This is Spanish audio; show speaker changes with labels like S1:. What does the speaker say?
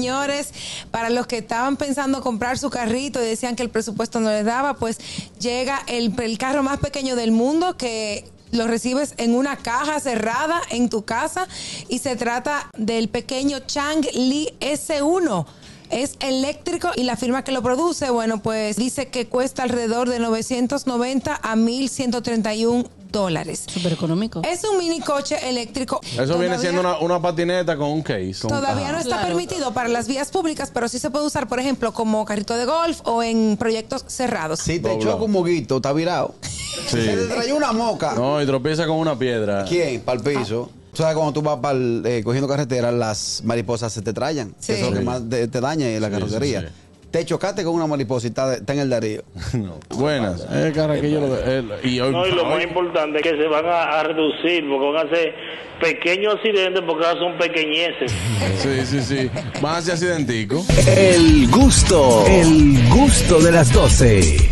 S1: Señores, para los que estaban pensando comprar su carrito y decían que el presupuesto no les daba, pues llega el, el carro más pequeño del mundo que lo recibes en una caja cerrada en tu casa y se trata del pequeño Chang Li S1 es eléctrico y la firma que lo produce, bueno, pues dice que cuesta alrededor de 990 a 1131 dólares.
S2: Súper económico.
S1: Es un mini coche eléctrico.
S3: Eso viene siendo una, una patineta con un case.
S1: Todavía no está
S2: Claro.
S1: permitido para las vías públicas, pero sí se puede usar, por ejemplo, como carrito de golf o en proyectos cerrados.
S4: Si te
S3: Doblado.
S4: choca un moguito, está virado.
S3: Sí.
S4: Se te trayó una moca.
S3: No, y tropieza con una piedra.
S4: ¿Quién? Para el piso. Tú sabes cuando tú vas pa'l, eh, cogiendo carretera, las mariposas se te trayan.
S1: Sí.
S4: Que eso es lo que
S3: Sí.
S4: más te, te daña en la
S3: Sí,
S4: carrocería.
S3: sí, sí.
S4: Te chocaste con una mariposa y está, está en el Darío.
S3: No. Buenas. Eh, carraquillo, lo de- el- y hoy,
S5: No, y lo más
S3: hoy-
S5: importante es que se van a, a reducir, porque van a ser pequeños accidentes porque ahora son pequeñeces.
S3: Sí, sí, sí. Más hacia accidentico.
S6: El gusto, el gusto de las doce.